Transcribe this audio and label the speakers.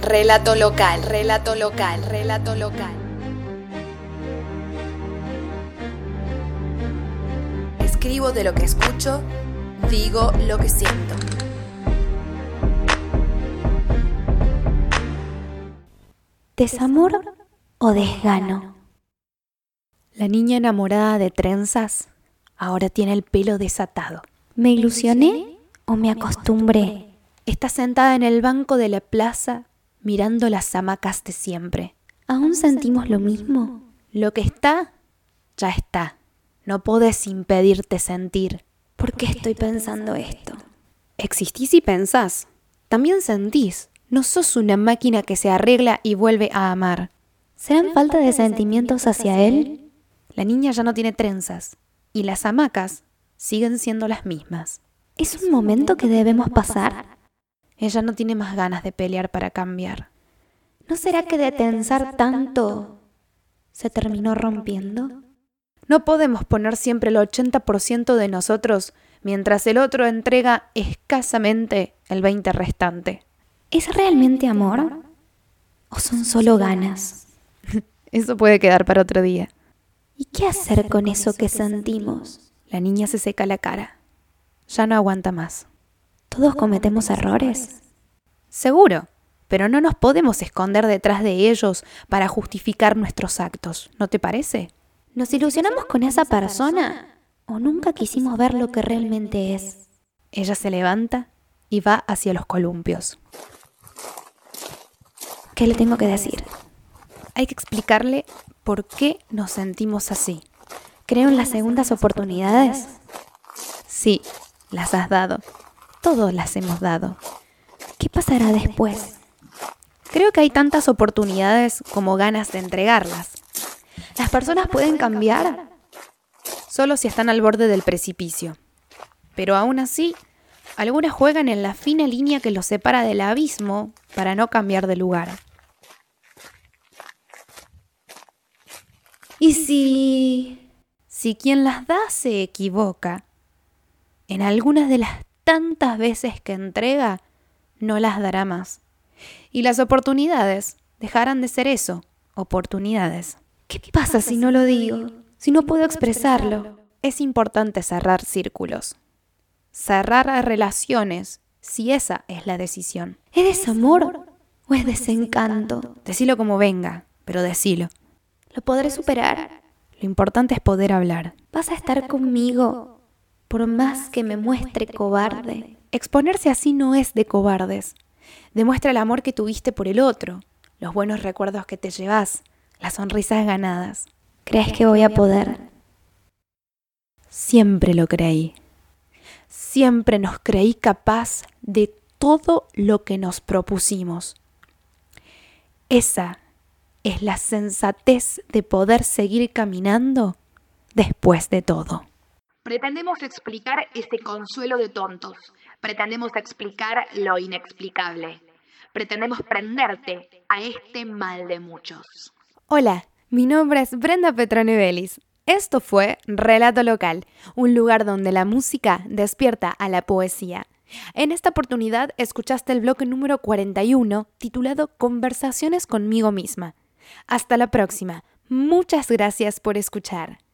Speaker 1: Relato local, relato local, relato local. Escribo de lo que escucho, digo lo que siento.
Speaker 2: ¿Desamor o desgano?
Speaker 3: La niña enamorada de trenzas ahora tiene el pelo desatado.
Speaker 2: ¿Me ilusioné o me acostumbré?
Speaker 3: Está sentada en el banco de la plaza mirando las hamacas de siempre.
Speaker 2: ¿Aún sentimos lo mismo?
Speaker 3: Lo que está, ya está. No podés impedirte sentir.
Speaker 2: ¿Por qué estoy pensando esto?
Speaker 3: Existís y pensás. También sentís. No sos una máquina que se arregla y vuelve a amar.
Speaker 2: ¿Serán falta de sentimientos hacia él?
Speaker 3: La niña ya no tiene trenzas y las hamacas siguen siendo las mismas.
Speaker 2: ¿Es un momento que debemos pasar?
Speaker 3: Ella no tiene más ganas de pelear para cambiar.
Speaker 2: ¿No será que de tensar tanto se terminó rompiendo?
Speaker 3: No podemos poner siempre el 80% de nosotros mientras el otro entrega escasamente el 20 restante.
Speaker 2: ¿Es realmente amor? ¿O son solo ganas?
Speaker 3: Eso puede quedar para otro día.
Speaker 2: ¿Y qué hacer con eso que sentimos?
Speaker 3: La niña se seca la cara. Ya no aguanta más.
Speaker 2: Todos cometemos errores.
Speaker 3: Seguro, pero no nos podemos esconder detrás de ellos para justificar nuestros actos, ¿no te parece?
Speaker 2: ¿Nos ilusionamos con esa persona? ¿O nunca quisimos ver lo que realmente es?
Speaker 3: Ella se levanta y va hacia los columpios.
Speaker 2: ¿Qué le tengo que decir?
Speaker 3: Hay que explicarle por qué nos sentimos así.
Speaker 2: Creo en las segundas oportunidades.
Speaker 3: Sí, las has dado. Todos las hemos dado.
Speaker 2: ¿Qué pasará después?
Speaker 3: Creo que hay tantas oportunidades como ganas de entregarlas.
Speaker 2: ¿Las personas pueden cambiar?
Speaker 3: Solo si están al borde del precipicio. Pero aún así, algunas juegan en la fina línea que los separa del abismo para no cambiar de lugar.
Speaker 2: ¿Y si...
Speaker 3: Si quien las da se equivoca, en algunas de las tantas veces que entrega, no las dará más. Y las oportunidades dejarán de ser eso, oportunidades.
Speaker 2: ¿Qué pasa si no lo digo? Si no puedo expresarlo.
Speaker 3: Es importante cerrar círculos cerrar a relaciones si esa es la decisión.
Speaker 2: ¿Es desamor o es desencanto?
Speaker 3: Decilo como venga, pero decilo.
Speaker 2: ¿Lo podré superar?
Speaker 3: Lo importante es poder hablar.
Speaker 2: ¿Vas a estar conmigo por más que me muestre cobarde?
Speaker 3: Exponerse así no es de cobardes. Demuestra el amor que tuviste por el otro, los buenos recuerdos que te llevas, las sonrisas ganadas.
Speaker 2: ¿Crees que voy a poder?
Speaker 3: Siempre lo creí siempre nos creí capaz de todo lo que nos propusimos. Esa es la sensatez de poder seguir caminando después de todo.
Speaker 4: Pretendemos explicar este consuelo de tontos. Pretendemos explicar lo inexplicable. Pretendemos prenderte a este mal de muchos.
Speaker 3: Hola, mi nombre es Brenda Petronevelis. Esto fue Relato Local, un lugar donde la música despierta a la poesía. En esta oportunidad escuchaste el bloque número 41 titulado Conversaciones conmigo misma. Hasta la próxima. Muchas gracias por escuchar.